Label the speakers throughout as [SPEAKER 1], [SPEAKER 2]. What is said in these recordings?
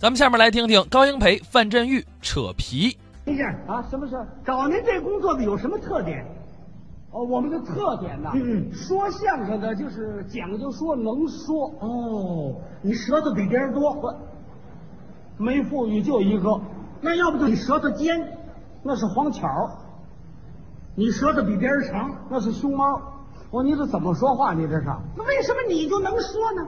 [SPEAKER 1] 咱们下面来听听高英培、范振钰扯皮。
[SPEAKER 2] 先生
[SPEAKER 3] 啊，什么事儿？
[SPEAKER 2] 找您这工作的有什么特点？
[SPEAKER 3] 哦，我们的特点呐、
[SPEAKER 2] 嗯嗯
[SPEAKER 3] 说相声的就是讲究说能说，
[SPEAKER 2] 哦，你舌头比别人多，
[SPEAKER 3] 没富裕就一个，
[SPEAKER 2] 那要不就你舌头尖，
[SPEAKER 3] 那是黄巧儿，
[SPEAKER 2] 你舌头比别人长，
[SPEAKER 3] 那是熊猫。我说你这怎么说话？你这是？
[SPEAKER 2] 那为什么你就能说呢？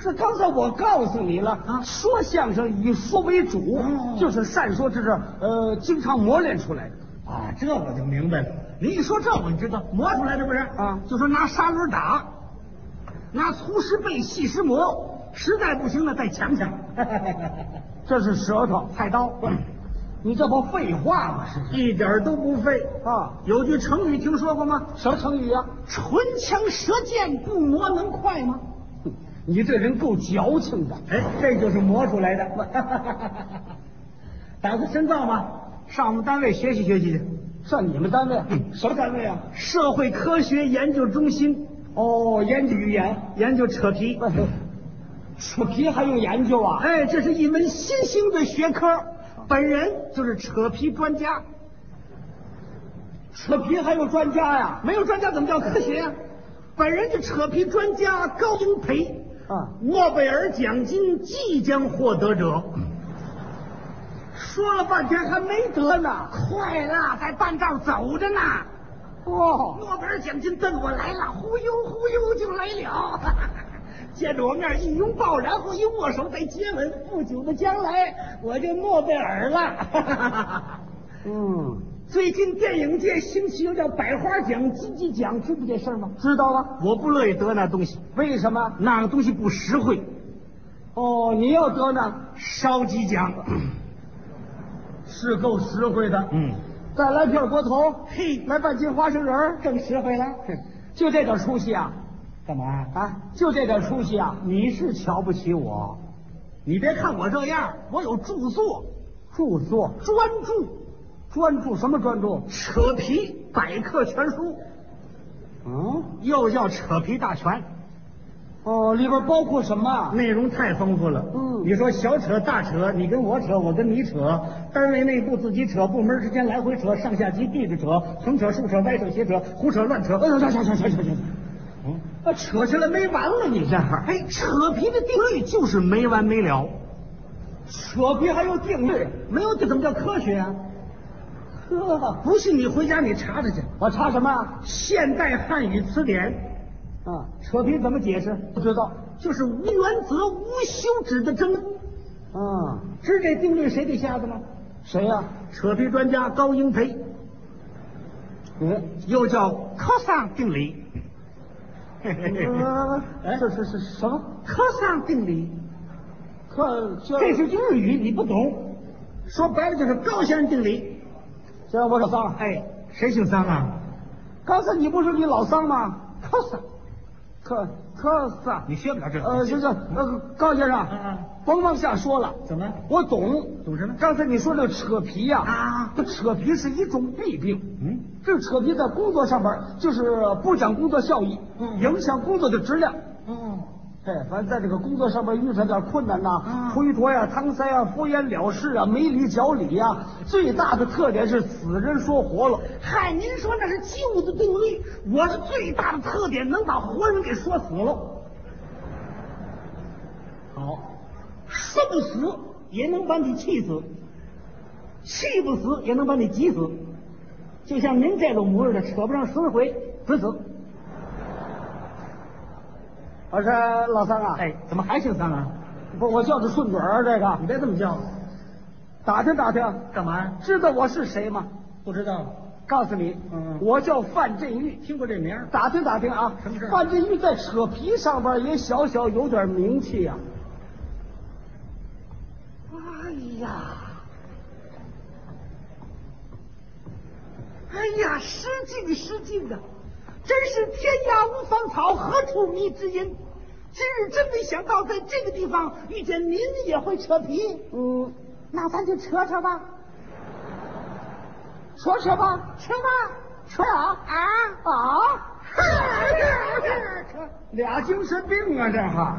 [SPEAKER 3] 是刚才我告诉你了，
[SPEAKER 2] 啊
[SPEAKER 3] 说相声以说为主，
[SPEAKER 2] 哦
[SPEAKER 3] 就是善说之士，呃，经常磨练出来的。
[SPEAKER 2] 啊，这我就明白了。您一说这我就知道磨出来的不是
[SPEAKER 3] 啊
[SPEAKER 2] 就说拿砂轮打，拿粗石背细石磨，实在不行了再抢抢。
[SPEAKER 3] 这是舌头，
[SPEAKER 2] 菜刀，
[SPEAKER 3] 你这不废话吗？是
[SPEAKER 2] 嗯一点儿都不费。
[SPEAKER 3] 啊，
[SPEAKER 2] 有句成语听说过吗？
[SPEAKER 3] 什么成语啊？
[SPEAKER 2] 唇枪舌剑，不磨能快吗？
[SPEAKER 3] 哼你这人够矫情的。
[SPEAKER 2] 哎，这就是磨出 来的。打算深造吗？上我们单位学习学习去。
[SPEAKER 3] 上你们单位？
[SPEAKER 2] 什么单位啊？社会科学研究中心，
[SPEAKER 3] 哦，研究语言。哎
[SPEAKER 2] 研究扯皮。
[SPEAKER 3] 扯皮还用研究啊？
[SPEAKER 2] 哎，这是一门新兴的学科，本人就是扯皮专家。
[SPEAKER 3] 扯皮还用专家呀？
[SPEAKER 2] 没有专家怎么叫科学呀、本人就扯皮专家高英培，
[SPEAKER 3] 啊，
[SPEAKER 2] 诺贝尔奖金即将获得者。说了半天还没得呢，快了，在半道走着呢。
[SPEAKER 3] 哦，
[SPEAKER 2] 诺贝尔奖金奔我来了，忽悠忽悠就来了。 见着我面一拥抱，然后一握手，再接吻。不久的将来，我就诺贝尔了。
[SPEAKER 3] 嗯，
[SPEAKER 2] 最近电影界兴起又叫百花奖、金鸡奖，知道这事儿吗？
[SPEAKER 3] 知道了。
[SPEAKER 2] 我不乐意得那东西，
[SPEAKER 3] 为什么？
[SPEAKER 2] 那个东西不实惠。
[SPEAKER 3] 哦，你要得呢，
[SPEAKER 2] 烧鸡奖，
[SPEAKER 3] 是够实惠的。
[SPEAKER 2] 嗯，
[SPEAKER 3] 再来片窝头，
[SPEAKER 2] 嘿
[SPEAKER 3] 来半斤花生仁儿，
[SPEAKER 2] 更实惠了。
[SPEAKER 3] 就这点出息啊！
[SPEAKER 2] 干嘛？
[SPEAKER 3] 啊，就这点出息啊！
[SPEAKER 2] 你是瞧不起我？你别看我这样，我有著作，
[SPEAKER 3] 著作
[SPEAKER 2] 专注
[SPEAKER 3] 专注什么专注？
[SPEAKER 2] 扯皮百科全书，哦
[SPEAKER 3] 嗯，
[SPEAKER 2] 又叫扯皮大全，
[SPEAKER 3] 哦，里边包括什么啊？
[SPEAKER 2] 内容太丰富了。
[SPEAKER 3] 嗯
[SPEAKER 2] 你说小扯大扯，你跟我扯，我跟你扯，单位内部自己扯，部门之间来回扯，上下级递着扯，横扯竖扯歪扯斜扯，胡扯乱扯。哎呦，行行行行行行。嗯，
[SPEAKER 3] 啊扯起来没完了，你这
[SPEAKER 2] 哎，扯皮的定律就是没完没了，
[SPEAKER 3] 扯皮还用定律？
[SPEAKER 2] 没有这怎么叫科学啊？
[SPEAKER 3] 呵，
[SPEAKER 2] 不信你回家你查查去，《
[SPEAKER 3] 我查什么啊？
[SPEAKER 2] 现代汉语词典
[SPEAKER 3] 啊，》
[SPEAKER 2] 扯皮怎么解释？
[SPEAKER 3] 不知道。
[SPEAKER 2] 就是无原则、无休止的争。
[SPEAKER 3] 啊，
[SPEAKER 2] 知这定律谁给下的吗？
[SPEAKER 3] 谁呀、
[SPEAKER 2] 扯皮专家高英培，
[SPEAKER 3] 嗯，
[SPEAKER 2] 又叫科桑定理。嘿嘿嘿
[SPEAKER 3] 呃，这是是什么？
[SPEAKER 2] 科桑定理，
[SPEAKER 3] 看，这
[SPEAKER 2] 这是日语，你不懂。说白了就是高先生定理。
[SPEAKER 3] 这我可脏了。
[SPEAKER 2] 哎，谁姓桑啊？
[SPEAKER 3] 刚才你不是你老桑吗？
[SPEAKER 2] 科桑，
[SPEAKER 3] 可可桑。
[SPEAKER 2] 你学不了这个。
[SPEAKER 3] 呃，行行，呃，高先生
[SPEAKER 2] 嗯嗯，
[SPEAKER 3] 甭往下说了，
[SPEAKER 2] 怎么？
[SPEAKER 3] 我懂。
[SPEAKER 2] 懂什么
[SPEAKER 3] 刚才你说这个扯皮呀、
[SPEAKER 2] 啊
[SPEAKER 3] 这扯皮是一种弊病。
[SPEAKER 2] 嗯，
[SPEAKER 3] 这个扯皮在工作上边儿就是不讲工作效益，
[SPEAKER 2] 嗯
[SPEAKER 3] 影响工作的质量。
[SPEAKER 2] 嗯，
[SPEAKER 3] 哎，反正在这个工作上面遇上点困难呐、
[SPEAKER 2] 啊
[SPEAKER 3] 推脱呀、搪塞呀、敷衍了事啊、没理脚理呀、最大的特点是死人说活了。
[SPEAKER 2] 嗨，您说那是旧的定律，我的最大的特点能把活人给说死了，
[SPEAKER 3] 好，
[SPEAKER 2] 说不死也能把你气死，气不死也能把你急死。就像您这种模样的，扯不上十回准死。
[SPEAKER 3] 我说老三啊，
[SPEAKER 2] 哎，怎么还姓三啊？
[SPEAKER 3] 不，我叫的顺嘴儿，这个
[SPEAKER 2] 你别这么叫，
[SPEAKER 3] 打听打听，
[SPEAKER 2] 干嘛呀？
[SPEAKER 3] 知道我是谁吗？
[SPEAKER 2] 不知道，
[SPEAKER 3] 告诉你，
[SPEAKER 2] 嗯
[SPEAKER 3] 我叫范振钰。
[SPEAKER 2] 听过这名儿？
[SPEAKER 3] 打听打听啊，
[SPEAKER 2] 什么事儿
[SPEAKER 3] 范振钰在扯皮上边也小小有点名气啊呀、
[SPEAKER 2] 哎呀，哎呀，失敬失敬啊！真是天涯无芳草，何处觅知音？今日真没想到在这个地方遇见您也会扯皮，
[SPEAKER 3] 嗯，
[SPEAKER 2] 那咱就扯扯吧，
[SPEAKER 3] 说什么？
[SPEAKER 2] 扯吧，
[SPEAKER 3] 扯啊
[SPEAKER 2] 啊！
[SPEAKER 3] 啊！
[SPEAKER 2] 哈扯
[SPEAKER 3] 俩精神病啊，这哈，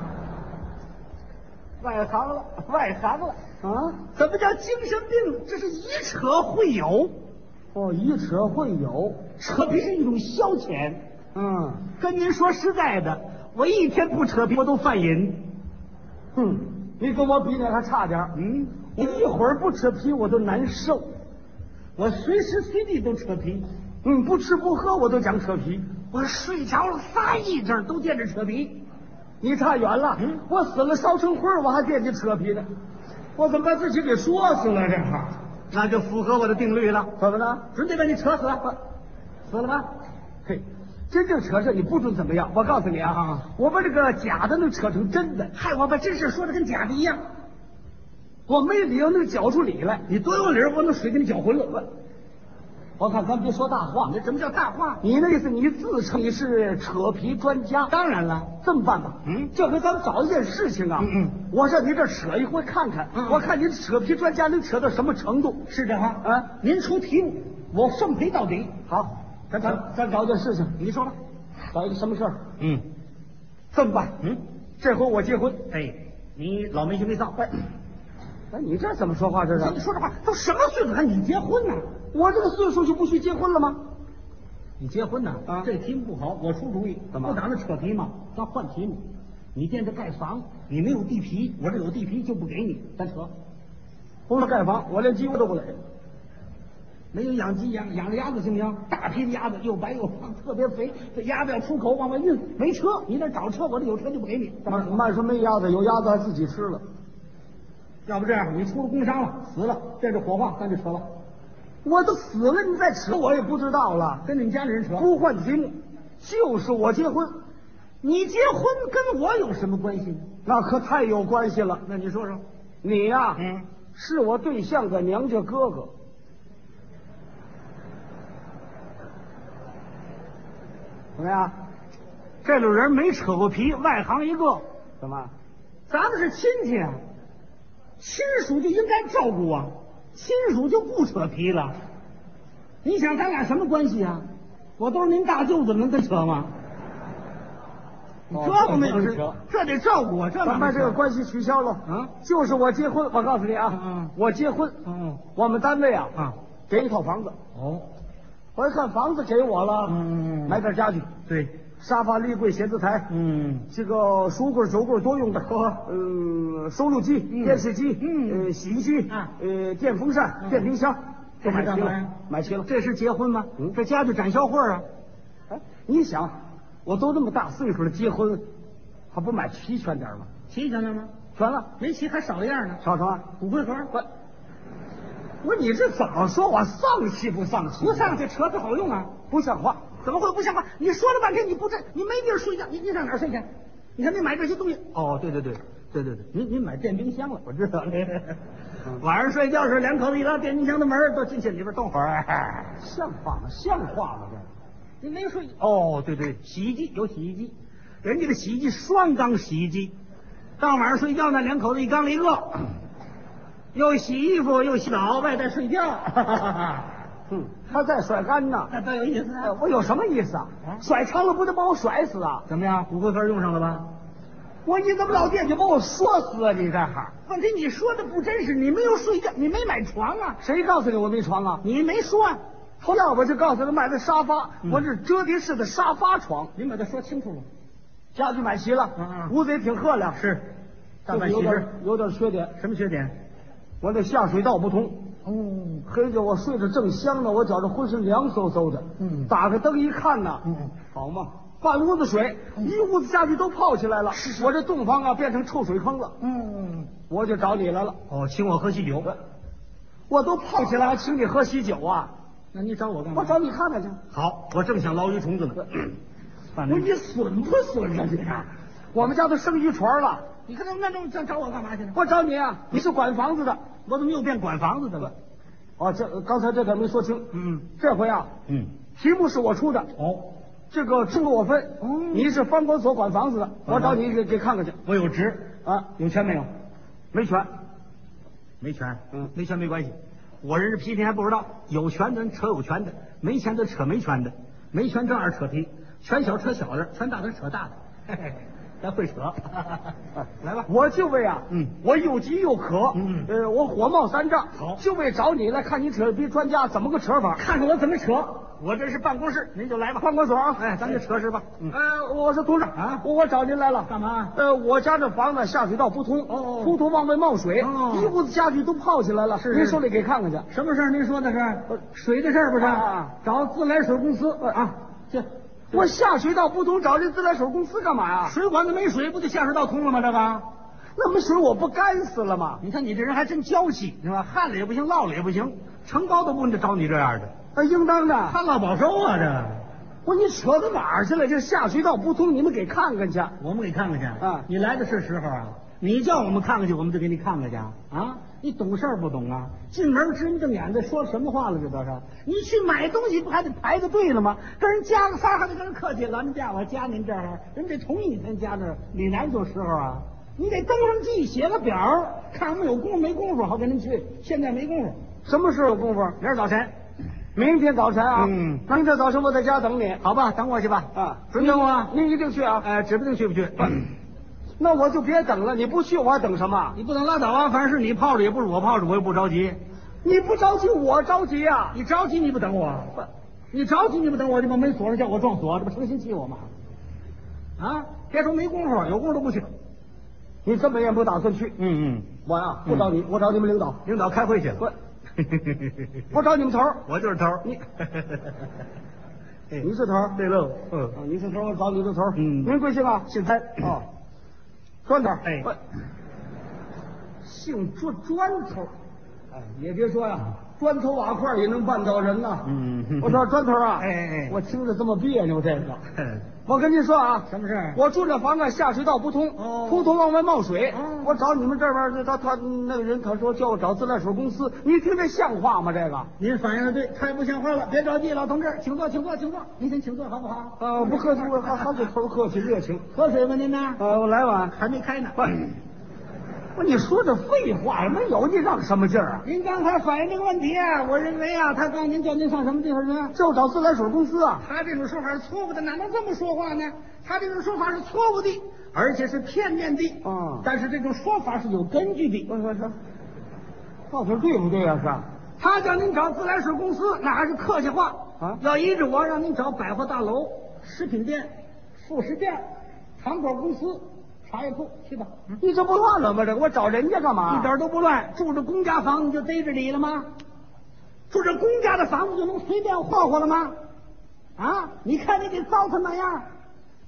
[SPEAKER 3] 外行了，外行了。
[SPEAKER 2] 啊，
[SPEAKER 3] 怎么叫精神病？这是以扯会友，
[SPEAKER 2] 哦，以扯会友，
[SPEAKER 3] 扯皮是一种消遣。
[SPEAKER 2] 嗯，
[SPEAKER 3] 跟您说实在的，我一天不扯皮，我都犯瘾。
[SPEAKER 2] 哼，你跟我比那还差点儿
[SPEAKER 3] 嗯，
[SPEAKER 2] 我一会儿不扯皮我都难受，
[SPEAKER 3] 我随时随地都扯皮，
[SPEAKER 2] 嗯，不吃不喝我都讲扯皮，
[SPEAKER 3] 我睡着了撒一阵儿都惦着扯皮。
[SPEAKER 2] 你差远了，
[SPEAKER 3] 嗯
[SPEAKER 2] 我死了烧成灰儿我还惦记扯皮呢，我怎么把自己给说死了这？
[SPEAKER 3] 那就符合我的定律了，
[SPEAKER 2] 怎么了？
[SPEAKER 3] 准得把你扯死了，
[SPEAKER 2] 死了吧？嘿，真正扯这你不准怎么样？我告诉你啊，
[SPEAKER 3] 啊
[SPEAKER 2] 我把这个假的能扯成真的，
[SPEAKER 3] 害我把真事说的跟假的一样。
[SPEAKER 2] 我没理由能搅出理来。
[SPEAKER 3] 你多有理儿，我能水给你搅浑了。我
[SPEAKER 2] 我看咱别说大话
[SPEAKER 3] 你，什么叫大话？
[SPEAKER 2] 你那意思你自称你是扯皮专家？
[SPEAKER 3] 当然了，
[SPEAKER 2] 这么办吧，
[SPEAKER 3] 嗯
[SPEAKER 2] 这回咱们找一件事情啊，
[SPEAKER 3] 嗯嗯
[SPEAKER 2] 我上您这儿扯一回看看，
[SPEAKER 3] 嗯嗯
[SPEAKER 2] 我看您扯皮专家能扯到什么程度。
[SPEAKER 3] 是这哈
[SPEAKER 2] 啊
[SPEAKER 3] 您出题目，我奉陪到底。
[SPEAKER 2] 好，咱咱咱找一件事情，
[SPEAKER 3] 你说吧。
[SPEAKER 2] 找一个什么事儿？
[SPEAKER 3] 嗯
[SPEAKER 2] 这么办，
[SPEAKER 3] 嗯，
[SPEAKER 2] 这回我结婚。
[SPEAKER 3] 哎，你老没羞没臊。哎，
[SPEAKER 2] 哎，你这怎么说话这
[SPEAKER 3] 跟你
[SPEAKER 2] 是？
[SPEAKER 3] 说这话，都什么岁数了，还你结婚呢？
[SPEAKER 2] 我这个岁数就不许结婚了吗？
[SPEAKER 3] 你结婚呢？
[SPEAKER 2] 啊
[SPEAKER 3] 这题目不好，我出主意。
[SPEAKER 2] 怎么
[SPEAKER 3] 不打算扯皮吗？咱换题目。你惦着盖房，你没有地皮，我这有地皮就不给你，咱扯。
[SPEAKER 2] 不是盖房，我连鸡窝都不垒。
[SPEAKER 3] 没有养鸡养养着鸭子行不行？大批的鸭子又白又胖，特别肥，这鸭子要出口往外运，没车，你那找车，我这有车就不给你。
[SPEAKER 2] 慢慢说没鸭子，有鸭子还自己吃了。
[SPEAKER 3] 要不这样，你出了工伤了，死了，这是火化，咱就扯了，
[SPEAKER 2] 我都死了，你再扯我也不知道了。
[SPEAKER 3] 跟你们家里人扯。
[SPEAKER 2] 不换题目，就是我结婚，
[SPEAKER 3] 你结婚跟我有什么关系？
[SPEAKER 2] 那可太有关系了。
[SPEAKER 3] 那你说说，
[SPEAKER 2] 你呀、
[SPEAKER 3] 嗯，
[SPEAKER 2] 是我对象的娘家哥哥。怎么样？
[SPEAKER 3] 这种人没扯过皮，外行一个。
[SPEAKER 2] 怎么？
[SPEAKER 3] 咱们是亲戚啊，亲属就应该照顾啊，亲属就不扯皮了。你想咱俩什么关系啊？我都是您大舅子，能跟扯吗？
[SPEAKER 2] 哦
[SPEAKER 3] 这不没有
[SPEAKER 2] 这不能
[SPEAKER 3] 事
[SPEAKER 2] 扯，
[SPEAKER 3] 这得照顾啊，这
[SPEAKER 2] 咱
[SPEAKER 3] 能
[SPEAKER 2] 们把这个关系取消了
[SPEAKER 3] 啊
[SPEAKER 2] 就是我结婚，我告诉你啊，
[SPEAKER 3] 嗯
[SPEAKER 2] 我结婚，
[SPEAKER 3] 嗯
[SPEAKER 2] 我们单位啊
[SPEAKER 3] 啊
[SPEAKER 2] 给一套房子，
[SPEAKER 3] 哦，
[SPEAKER 2] 我一看房子给我了，
[SPEAKER 3] 嗯
[SPEAKER 2] 买点家具，
[SPEAKER 3] 对，
[SPEAKER 2] 沙发、立柜、写字台，
[SPEAKER 3] 嗯
[SPEAKER 2] 这个书柜、酒柜多用的，嗯，收录机、
[SPEAKER 3] 嗯
[SPEAKER 2] 电视机，
[SPEAKER 3] 嗯
[SPEAKER 2] 呃，洗衣机，
[SPEAKER 3] 啊
[SPEAKER 2] 呃，电风扇、
[SPEAKER 3] 嗯
[SPEAKER 2] 电冰箱，都买齐
[SPEAKER 3] 这是干嘛
[SPEAKER 2] 了
[SPEAKER 3] 呀，
[SPEAKER 2] 买齐了。
[SPEAKER 3] 这是结婚吗？
[SPEAKER 2] 嗯
[SPEAKER 3] 这家具展销会啊，
[SPEAKER 2] 哎，你想，我都这么大岁数了，结婚，还不买齐全点儿吗？
[SPEAKER 3] 齐全了吗？
[SPEAKER 2] 全了，
[SPEAKER 3] 没齐还少一样呢，
[SPEAKER 2] 少成啊，
[SPEAKER 3] 骨灰盒
[SPEAKER 2] 我，我你这怎么说我丧气不丧气？
[SPEAKER 3] 不上去扯不好用啊。
[SPEAKER 2] 不像话。
[SPEAKER 3] 怎么会不像话？你说了半天你不这，你没地儿睡觉，你你上哪儿睡去？你看你买这些东西，哦，对对对，对对对，您您买电冰箱 了，我知道了。晚上睡觉时两口子一拉电冰箱的门儿，都进去里边冻会 儿。
[SPEAKER 2] 像话吗？像话吗？
[SPEAKER 3] 您没睡哦，对对，洗衣机有洗衣机，人家的洗衣机双缸洗衣机，到晚上睡觉呢，两口子一缸里一个，又洗衣服又洗澡，外带睡 觉，
[SPEAKER 2] 这，哼，还嗯在甩干呢。
[SPEAKER 3] 那多有意思
[SPEAKER 2] 哎
[SPEAKER 3] 啊！
[SPEAKER 2] 我有什么意思啊？
[SPEAKER 3] 啊
[SPEAKER 2] 甩长了不得把我甩死啊？
[SPEAKER 3] 怎么样，骨灰盒用上了吧？
[SPEAKER 2] 我你怎么老惦记把我说死啊？你这哈，
[SPEAKER 3] 问题你说的不真实，你没有睡觉，你没买床啊，
[SPEAKER 2] 谁告诉你我没床啊？
[SPEAKER 3] 你没说、啊，
[SPEAKER 2] 要不就告诉他买的沙发，
[SPEAKER 3] 嗯
[SPEAKER 2] 我这折叠式的沙发床，
[SPEAKER 3] 您把它说清楚了。
[SPEAKER 2] 家具买齐了，
[SPEAKER 3] 嗯嗯
[SPEAKER 2] 屋子也挺赫亮，
[SPEAKER 3] 是，大
[SPEAKER 2] 就是
[SPEAKER 3] 摆
[SPEAKER 2] 有
[SPEAKER 3] 其
[SPEAKER 2] 点
[SPEAKER 3] 实，
[SPEAKER 2] 有点缺点，
[SPEAKER 3] 什么缺点？
[SPEAKER 2] 我这下水道不通。
[SPEAKER 3] 哦，
[SPEAKER 2] 黑着我睡着正香呢，我觉着浑身凉飕飕的。
[SPEAKER 3] 嗯
[SPEAKER 2] 打开灯一看呐，
[SPEAKER 3] 嗯嗯
[SPEAKER 2] 好嘛，半屋子水，一屋子家具都泡起来了。我这洞房啊变成臭水坑了，
[SPEAKER 3] 嗯，
[SPEAKER 2] 我就找你来了。
[SPEAKER 3] 哦，请我喝喜酒。
[SPEAKER 2] 我都泡起来，还请你喝喜酒啊？
[SPEAKER 3] 那你找我干嘛？
[SPEAKER 2] 我找你看看去。
[SPEAKER 3] 好，我正想捞鱼 虫子呢。
[SPEAKER 2] 我
[SPEAKER 3] 反
[SPEAKER 2] 说
[SPEAKER 3] 正
[SPEAKER 2] 你损不损啊你啊？我们家都生鱼船了，
[SPEAKER 3] 你看他们那种找找我干嘛去呢？
[SPEAKER 2] 我找你啊，你是管房子的。
[SPEAKER 3] 我怎么又变管房子的了？
[SPEAKER 2] 哦，这刚才这点没说清。
[SPEAKER 3] 嗯
[SPEAKER 2] 这回啊，
[SPEAKER 3] 嗯，
[SPEAKER 2] 题目是我出的，
[SPEAKER 3] 哦，
[SPEAKER 2] 这个出了我分。
[SPEAKER 3] 嗯
[SPEAKER 2] 你是方管所管房子的，我找你给给看看去。
[SPEAKER 3] 我有职，
[SPEAKER 2] 啊，
[SPEAKER 3] 有权没有？
[SPEAKER 2] 没权。
[SPEAKER 3] 没权，
[SPEAKER 2] 嗯
[SPEAKER 3] 没权没关系。我人是批评还不知道，有权的人扯有权的，没钱的扯没权的，没权照样扯皮，权小扯小的，权大的扯大的。
[SPEAKER 2] 咱会扯。来吧，
[SPEAKER 3] 我就为啊，
[SPEAKER 2] 嗯
[SPEAKER 3] 我又急又渴，
[SPEAKER 2] 嗯
[SPEAKER 3] 呃，我火冒三丈，
[SPEAKER 2] 好
[SPEAKER 3] 就为找你来看你扯皮专家怎么个扯法，
[SPEAKER 2] 看看我怎么扯。我这是办公室，您就来吧。
[SPEAKER 3] 办公所啊，
[SPEAKER 2] 哎，咱就扯是吧？嗯，
[SPEAKER 3] 呃，我说董事长
[SPEAKER 2] 啊
[SPEAKER 3] 我我找您来了，
[SPEAKER 2] 干嘛
[SPEAKER 3] 呃，我家这房子下水道不通，
[SPEAKER 2] 哦哦
[SPEAKER 3] 通通往外冒水，
[SPEAKER 2] 哦
[SPEAKER 3] 一屋子家具都泡起来了，
[SPEAKER 2] 是是
[SPEAKER 3] 您说你给看看去。
[SPEAKER 2] 什么事儿？您说的是呃水的事儿不是？
[SPEAKER 3] 啊呃
[SPEAKER 2] 找自来水公司啊，这
[SPEAKER 3] 我下水道不通，找这自来水公司干嘛呀？
[SPEAKER 2] 水管子没水，不就下水道通了吗？这个，
[SPEAKER 3] 那没水我不干死了吗？
[SPEAKER 2] 你看你这人还真娇气，是吧？旱了也不行，涝了也不行，成高都不能找你这样的，
[SPEAKER 3] 那呃应当的。
[SPEAKER 2] 旱涝保收啊！这
[SPEAKER 3] 我说你扯到哪儿去了？这下水道不通，你们给看看去。
[SPEAKER 2] 我们给看看去
[SPEAKER 3] 啊
[SPEAKER 2] 你来的是时候啊！你叫我们看看去，我们就给你看看去啊！啊，你懂事儿不懂啊？进门直眯着眼子说什么话了？这都是你去买东西不还得排个队了吗？跟人加个仨还得跟人客气，咱们家我加您这儿，啊人得同意咱加这儿，你哪有时候啊？你得登上记写个表儿，看我们有功夫没功夫好跟您去。现在没功夫，
[SPEAKER 3] 什么时候有功夫？
[SPEAKER 2] 明儿早晨，
[SPEAKER 3] 明天早晨啊，
[SPEAKER 2] 嗯
[SPEAKER 3] 明天早晨我在家等你
[SPEAKER 2] 好吧，等我去吧。
[SPEAKER 3] 啊，
[SPEAKER 2] 准等我啊。
[SPEAKER 3] 您一定去啊。嗯
[SPEAKER 2] 呃，指不定去不 去。
[SPEAKER 3] 那我就别等了，你不去我还等什么？
[SPEAKER 2] 你不能拉倒啊！反正是你泡着，也不是我泡着，我又不着急。
[SPEAKER 3] 你不着急，我着急啊。
[SPEAKER 2] 你着急你不等我，你着急你不等我，你把门锁上叫我撞锁，这不成心气我吗？啊！别说没工夫，有功夫都不去。
[SPEAKER 3] 你根本也不打算去。
[SPEAKER 2] 嗯嗯，
[SPEAKER 3] 我呀、不找你，我找你们领导，
[SPEAKER 2] 领导开会去了。
[SPEAKER 3] 我我找你们头儿，
[SPEAKER 2] 我就是头 儿
[SPEAKER 3] 你，
[SPEAKER 2] 哎
[SPEAKER 3] 你是头儿，
[SPEAKER 2] 对喽。嗯
[SPEAKER 3] 啊，你是头儿，我找你的头儿。
[SPEAKER 2] 嗯
[SPEAKER 3] 您贵姓啊？
[SPEAKER 2] 姓潘
[SPEAKER 3] 哦，砖头。
[SPEAKER 2] 哎
[SPEAKER 3] 我姓砖砖头。哎，也别说呀、砖头瓦块也能绊倒人呐、
[SPEAKER 2] 嗯嗯
[SPEAKER 3] 我说砖头啊，
[SPEAKER 2] 哎哎哎
[SPEAKER 3] 我听着这么别扭，这个。
[SPEAKER 2] 嗯
[SPEAKER 3] 我跟您说啊，
[SPEAKER 2] 什么事儿
[SPEAKER 3] 我住这房子下水道不通，
[SPEAKER 2] 哦
[SPEAKER 3] 通通往外冒水。
[SPEAKER 2] 哦
[SPEAKER 3] 我找你们这边儿，他他那个人他说叫我找自来水公司，您听这像话吗？这个，
[SPEAKER 2] 您反应的对，太不像话了。别着急，老同志，请坐，请坐，请坐。您先请坐好不好？
[SPEAKER 3] 呃，不客气，我还还给头儿客气热情。
[SPEAKER 2] 喝水吗？您呢？
[SPEAKER 3] 呃，我来碗。
[SPEAKER 2] 还没开呢。
[SPEAKER 3] 不，你说这废话没有，你让什么劲儿啊？
[SPEAKER 2] 您刚才反映这个问题啊，我认为啊，他告诉您叫您上什么地方去？
[SPEAKER 3] 就找自来水公司啊！
[SPEAKER 2] 他这种说法是错误的，哪能这么说话呢？他这种说法是错误的，而且是片面的。
[SPEAKER 3] 啊
[SPEAKER 2] 但是这种说法是有根据的。
[SPEAKER 3] 我说说，到底对不对啊呀、是？
[SPEAKER 2] 他叫您找自来水公司，那还是客气话
[SPEAKER 3] 啊
[SPEAKER 2] 要依着我，让您找百货大楼、食品店、副食店、糖果公司、茶叶铺去吧。
[SPEAKER 3] 嗯你这不乱了吗？这个我找人家干嘛？
[SPEAKER 2] 一点都不乱，住着公家房你就逮着你了吗？住着公家的房子就能随便霍霍了吗？啊，你看你给糟蹋那样，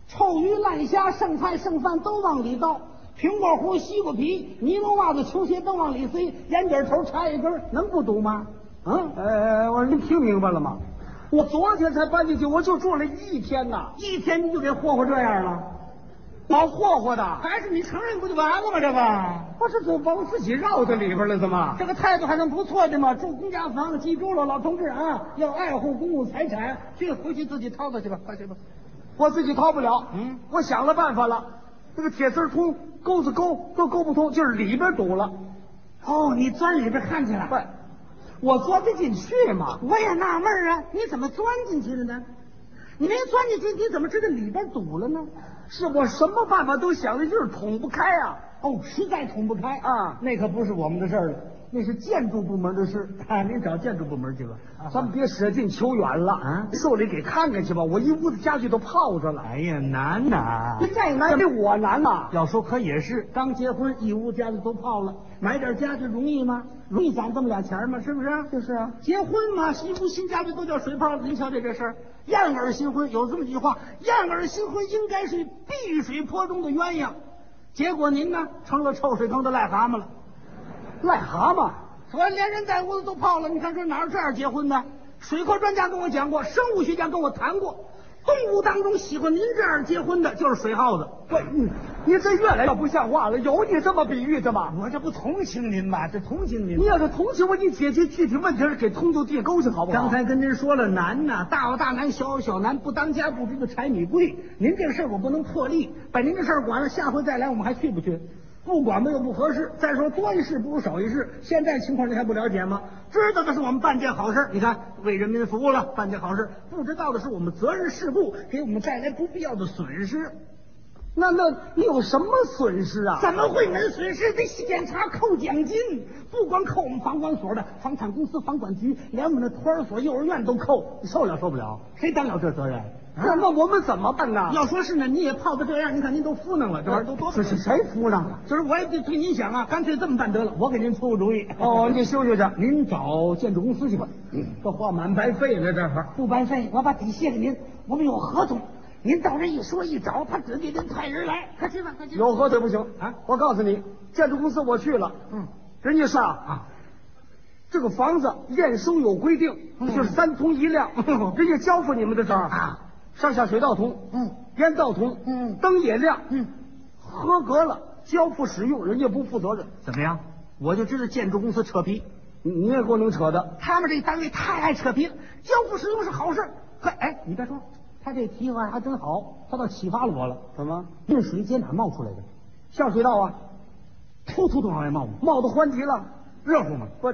[SPEAKER 2] 臭鱼烂虾、剩菜剩饭都往里倒，苹果核、西瓜皮、尼龙袜子、球鞋都往里塞，烟卷头插一根，能不堵吗？嗯，
[SPEAKER 3] 呃，我说您听明白了吗？我昨天才搬进去，我就住了一天呐，
[SPEAKER 2] 一天你就给霍霍这样了，
[SPEAKER 3] 老霍霍的，
[SPEAKER 2] 还是你承认不就完了吗？这个。
[SPEAKER 3] 我这怎么把我自己绕到里边了？怎么？
[SPEAKER 2] 这个态度还算不错的嘛。住公家房，记住了，老同志啊，要爱护公共财产。去，回去自己掏掏去吧，快去吧。
[SPEAKER 3] 我自己掏不了，
[SPEAKER 2] 嗯，
[SPEAKER 3] 我想了办法了，那个铁丝通、钩子钩都钩不通，就是里边堵了。
[SPEAKER 2] 哦，你钻里边看去了
[SPEAKER 3] 不，我钻得进去吗？
[SPEAKER 2] 我也纳闷儿啊，你怎么钻进去了呢？你没钻进去，你怎么知道里边堵了呢？
[SPEAKER 3] 是我什么办法都想的，就是捅不开啊！
[SPEAKER 2] 哦，实在捅不开
[SPEAKER 3] 啊
[SPEAKER 2] 那可不是我们的事儿了，那是建筑部门的 事。啊，您找建筑部门去吧。
[SPEAKER 3] 咱们别舍近求远了
[SPEAKER 2] 啊
[SPEAKER 3] 受理给看看去吧，我一屋子家具都泡着了。
[SPEAKER 2] 哎呀，难呐
[SPEAKER 3] 你再难比我难呐、
[SPEAKER 2] 要说可也是，刚结婚一屋家里都泡了，买点家具容易吗？容易攒这么点钱吗？是不是？就是啊，结婚嘛，新屋新家具都叫水泡子。您瞧瞧这事儿，燕儿新婚有这么句话：燕儿新婚应该是碧水坡中的鸳鸯。结果您呢，成了臭水坑的癞蛤蟆了。
[SPEAKER 3] 癞蛤蟆，
[SPEAKER 2] 说连人带屋子都泡了，你看说哪儿这样结婚呢？水科专家跟我讲过，生物学家跟我谈过，动物当中喜欢您这样结婚的就是水耗子。
[SPEAKER 3] 喂，你你这越来越不像话了，有你这么比喻的吗？
[SPEAKER 2] 我这不同情您吗？这同情您
[SPEAKER 3] 你要是同情我，你解决具体问题是给通透地沟去，好不好？
[SPEAKER 2] 刚才跟您说了难呐、大有大难，小有小难，不当家不知的柴米贵。您这个事儿我不能破例，把您这事儿管了，下回再来我们还去不去？不管吧又不合适。再说多一事不如少一事，现在情况您还不了解吗？知道的是我们办件好事，你看为人民服务了，办件好事；不知道的是我们责任事故，给我们带来不必要的损失。
[SPEAKER 3] 那那你有什么损失啊？
[SPEAKER 2] 怎么会没损失？得检查扣奖金，不光扣我们房管所的、房产公司、房管局，连我们的托儿所、幼儿园都扣，
[SPEAKER 3] 受了受不了？
[SPEAKER 2] 谁担了这责任？啊
[SPEAKER 3] 那么我们怎么办呢？呃
[SPEAKER 2] 要说是呢，你也泡的这样，你看您都敷弄了，这玩意儿都多
[SPEAKER 3] 这是谁啊扶上了？
[SPEAKER 2] 就是我也得替您想啊，干脆这么办得了，我给您出个主意。
[SPEAKER 3] 哦，你休息去，嗯
[SPEAKER 2] 您找建筑公司去吧，
[SPEAKER 3] 这话蛮白费了，这是。
[SPEAKER 2] 不白费，我把底卸给您，我们有合同。您到这一说一找，他准给您派人来。快去吧，快去吧。
[SPEAKER 3] 有合同不行
[SPEAKER 2] 啊！
[SPEAKER 3] 我告诉你，建筑公司我去了，
[SPEAKER 2] 嗯，
[SPEAKER 3] 人家说啊，这个房子验收有规定，
[SPEAKER 2] 嗯
[SPEAKER 3] 就是三通一亮，
[SPEAKER 2] 嗯
[SPEAKER 3] 人家交付你们的时候
[SPEAKER 2] 啊，
[SPEAKER 3] 上下水道通，
[SPEAKER 2] 嗯，
[SPEAKER 3] 烟道通，
[SPEAKER 2] 嗯
[SPEAKER 3] 灯也亮，
[SPEAKER 2] 嗯，
[SPEAKER 3] 合格了，交付使用，人家不负责任，
[SPEAKER 2] 怎么样？我就知道建筑公司扯皮，
[SPEAKER 3] 你你也给我弄扯的，
[SPEAKER 2] 他们这单位太爱扯皮了。交付使用是好事，可哎，你别说，他这提法还真好，他倒启发了我了。
[SPEAKER 3] 怎么？
[SPEAKER 2] 这水街哪冒出来的？
[SPEAKER 3] 下水道啊，
[SPEAKER 2] 突突往外冒吗？
[SPEAKER 3] 冒的欢极了，
[SPEAKER 2] 热乎吗？
[SPEAKER 3] 不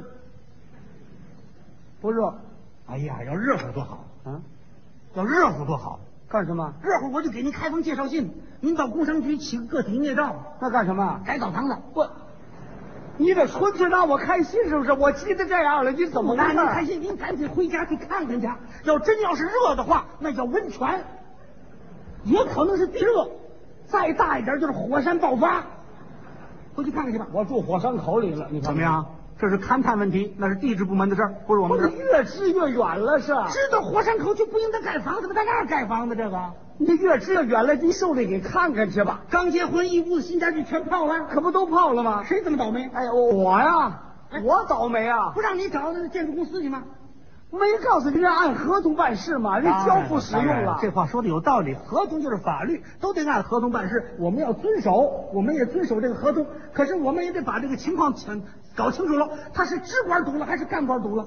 [SPEAKER 3] 不热
[SPEAKER 2] 哎呀，要热乎多好，
[SPEAKER 3] 啊？
[SPEAKER 2] 要热乎多好。
[SPEAKER 3] 干什么？
[SPEAKER 2] 热乎我就给您开封介绍信，您到工商局起个个体营业照，
[SPEAKER 3] 那干什么？
[SPEAKER 2] 改澡堂子。
[SPEAKER 3] 不，你这纯粹拿我开心是不是？我急得这样了，你怎么
[SPEAKER 2] 那
[SPEAKER 3] 回
[SPEAKER 2] 您开
[SPEAKER 3] 事？
[SPEAKER 2] 心，您赶紧回家去看看去。要真要是热的话，那叫温泉，也可能是地热，再大一点就是火山爆发。回去看看去吧。
[SPEAKER 3] 我住火山口里了，你看
[SPEAKER 2] 怎么？样？这是勘探问题，那是地质部门的事儿，不是我
[SPEAKER 3] 不
[SPEAKER 2] 们的
[SPEAKER 3] 是
[SPEAKER 2] 事儿。
[SPEAKER 3] 越支越远了是？
[SPEAKER 2] 知道火山口就不应该盖房子吗？在那儿盖房子，这个
[SPEAKER 3] 你越支越远了，你受得给看看去吧。
[SPEAKER 2] 刚结婚一屋子新家具全泡了，
[SPEAKER 3] 可不都泡了吗？
[SPEAKER 2] 谁这么倒霉？哎
[SPEAKER 3] 哎，我我呀，我倒霉啊！
[SPEAKER 2] 不让你找建筑公司去吗？
[SPEAKER 3] 没告诉人家按合同办事嘛，人家交付使用了。
[SPEAKER 2] 这话说的有道理，合同就是法律，都得按合同办事。我们要遵守，我们也遵守这个合同。可是我们也得把这个情况全搞清楚了，他是支管堵了还是干管堵了？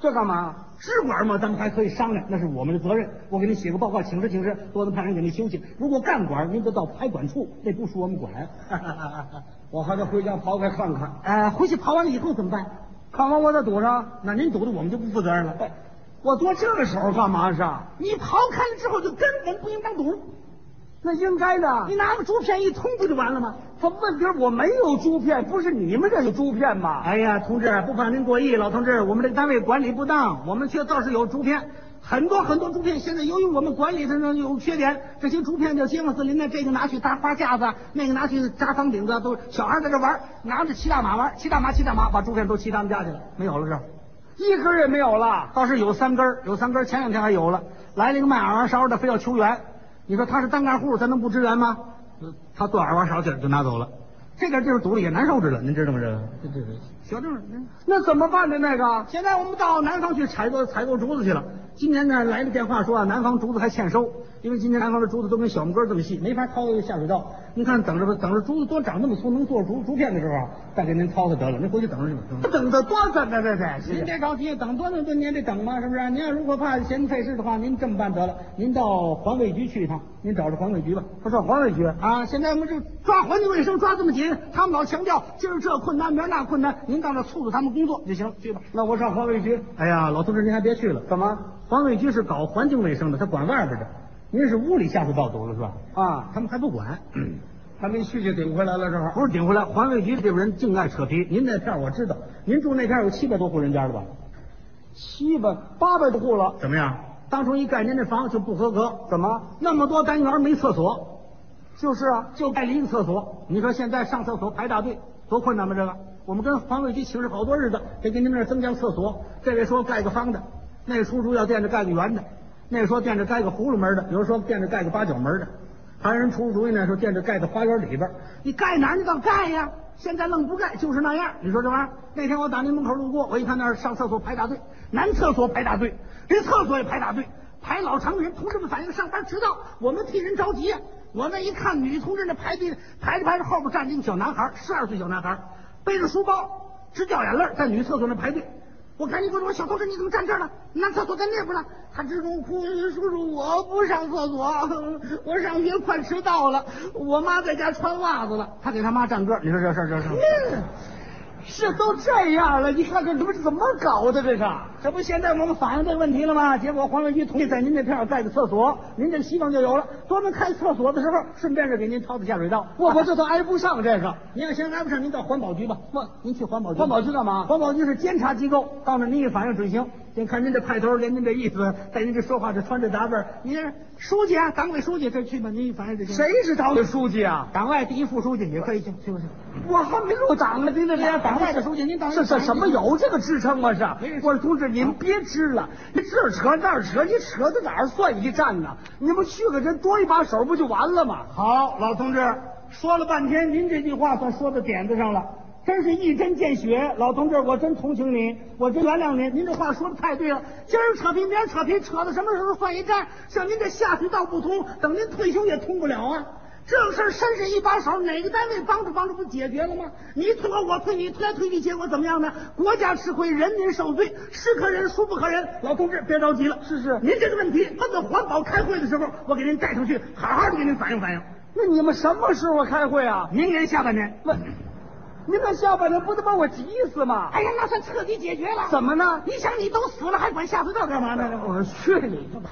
[SPEAKER 3] 这干嘛？
[SPEAKER 2] 支管嘛，咱们还可以商量，那是我们的责任。我给您写个报告，请示请示，多能派人给您休息。如果干管，您就到排管处，那不属我们管。
[SPEAKER 3] 我还得回家刨开看看，
[SPEAKER 2] 呃，回去刨完了以后怎么办？
[SPEAKER 3] 看完我再堵上。
[SPEAKER 2] 那您堵的我们就不负责任了。哎
[SPEAKER 3] 我多这个手干嘛是？
[SPEAKER 2] 你刨开了之后，就根本不应当堵，
[SPEAKER 3] 那应该的
[SPEAKER 2] 你。拿个竹片一通不就完了吗？
[SPEAKER 3] 他问题儿我没有猪片，不是你们这有猪片吗？
[SPEAKER 2] 哎呀，同志，不怕您过意，老同志，我们这个单位管理不当，我们却倒是有竹片，很多很多竹片。现在由于我们管理的呢有缺点，这些竹片就街坊四邻的，这个拿去搭花架子，那个拿去扎房顶子，都小孩在这玩，拿着骑大马玩，骑大马骑大马，把竹片都骑他们家去了，没有了这儿。
[SPEAKER 3] 一根儿也没有了。
[SPEAKER 2] 倒是有三根儿有三根儿前两天还有了，来了一个卖耳挖勺的，非要求援。你说他是单干户，他能不支援吗？呃他做耳挖勺去了就拿走了，这点地方堵了也难受着了，您知道吗？这个这这这小地方。嗯
[SPEAKER 3] 那怎么办呢？那个
[SPEAKER 2] 现在我们到南方去采购采购竹子去了。今年呢来了电话说啊，南方竹子还欠收，因为今年南方的竹子都跟小木根儿这么细，没法掏下水道。您看，等着吧，等着竹子多长那么粗，能做竹竹片的时候啊，再给您掏它得了。您回去等着去吧。等着
[SPEAKER 3] 等的多着呢，这得
[SPEAKER 2] 您别着急，等多长多年得等嘛，是不啊是？您要如果怕嫌费事的话，您这么办得了，您到环卫局去一趟，您找着环卫局吧。
[SPEAKER 3] 不是环卫局，
[SPEAKER 2] 啊，现在我们这抓环境卫生抓这么紧，他们老强调今儿这困难，明儿那困难，您到那促促他们工作就行了，去吧。
[SPEAKER 3] 那我上环卫局
[SPEAKER 2] 哎呀，老同志，您还别去了。
[SPEAKER 3] 干嘛
[SPEAKER 2] 环卫局是搞环境卫生的，他管外边的。您是屋里下水道堵了是吧？
[SPEAKER 3] 啊？
[SPEAKER 2] 他们还不 管，
[SPEAKER 3] 还没去就顶回来了，这会
[SPEAKER 2] 不是顶回来。环卫局这边人净爱扯皮。您那片儿我知道，您住那片儿有七百多户人家了吧？
[SPEAKER 3] 七百八百多户了，
[SPEAKER 2] 怎么样？当初一盖您那房就不合格，
[SPEAKER 3] 怎么？
[SPEAKER 2] 那么多单元没厕所，
[SPEAKER 3] 就是啊，
[SPEAKER 2] 就盖了一个厕所。你说现在上厕所排大队，多困难吗？这个，我们跟环卫局请示好多日子，得给您那儿增加厕所。这位说盖个方的，那个叔叔要惦着盖个圆的，那个说惦着盖个葫芦门的，有人说惦着盖个八角门的，还有人出主意呢，说惦着盖到花园里边儿。你盖哪儿你倒盖呀！现在愣不盖，就是那样。你说这玩意儿，那天我打您门口路过，我一看那儿上厕所排大队，男厕所排大队，人厕所也排大队。排老长的人，同志们反映上班迟到，我们替人着急呀。我那一看女同志那排队排着排着，后边站着一个小男孩，十二岁小男孩，背着书包，直掉眼泪儿，在女厕所那排队。我赶紧过去，我说小同志你怎么站这儿了？男厕所在那边了。他支支吾吾叔叔，我不上厕所，我上学快迟到了，我妈在家穿袜子了。他给他妈站个儿，你说这事儿这事儿。
[SPEAKER 3] 这都这样了，你看看你们怎么搞的？这是
[SPEAKER 2] 这不现在我们反映这个问题了吗？结果黄文居同意在您这片儿盖个厕所，您这希望就有了。专门开厕所的时候，顺便是给您掏的下水道。
[SPEAKER 3] 我我这都挨不上这个。
[SPEAKER 2] 您要嫌挨不上，您到环保局吧。不，您去环保局。
[SPEAKER 3] 环保局干嘛
[SPEAKER 2] 环保局是监察机构，到那儿您一反映准行。您看您这派头，连您这意思，带您这说话这穿着打扮，您这书记啊，党委书记这去吧，您一反映准行。？
[SPEAKER 3] 谁是党委书记啊？
[SPEAKER 2] 党外第一副书记，你可以去，去吧去吧。
[SPEAKER 3] 我还没入党呢，您这
[SPEAKER 2] 哎对呀党外的书记您党外
[SPEAKER 3] 这
[SPEAKER 2] 的
[SPEAKER 3] 这
[SPEAKER 2] 书记
[SPEAKER 3] 什么有这个支撑啊？是
[SPEAKER 2] 没人，
[SPEAKER 3] 我说同志您别支了，这儿扯那儿扯，你扯到哪儿算一站呢？你们去个人多一把手不就完了吗？
[SPEAKER 2] 好，老同志，说了半天，您这句话算说到点子上了，真是一针见血。老同志，我真同情您，我真原谅您。您这话说的太对了，今儿扯皮，明儿扯皮，扯到什么时候算一站？像您这下水道不通，等您退休也通不了啊。这种事儿伸伸一把手，哪个单位帮助帮助不解决了吗？你推我，我推你，推来推去，结果怎么样呢？国家吃亏，人民受罪，是可忍，孰不可忍？老同志，别着急了，
[SPEAKER 3] 是是
[SPEAKER 2] 您这个问题，奔到环保开会的时候，我给您带上去，好好的给您反映反映。
[SPEAKER 3] 那你们什么时候开会啊？
[SPEAKER 2] 明年下半年，
[SPEAKER 3] 不，您这下半年不得把我急死吗？
[SPEAKER 2] 哎呀，那算彻底解决了。
[SPEAKER 3] 怎么呢？
[SPEAKER 2] 你想，你都死了，还管下水道干嘛呢？
[SPEAKER 3] 我说去你的吧！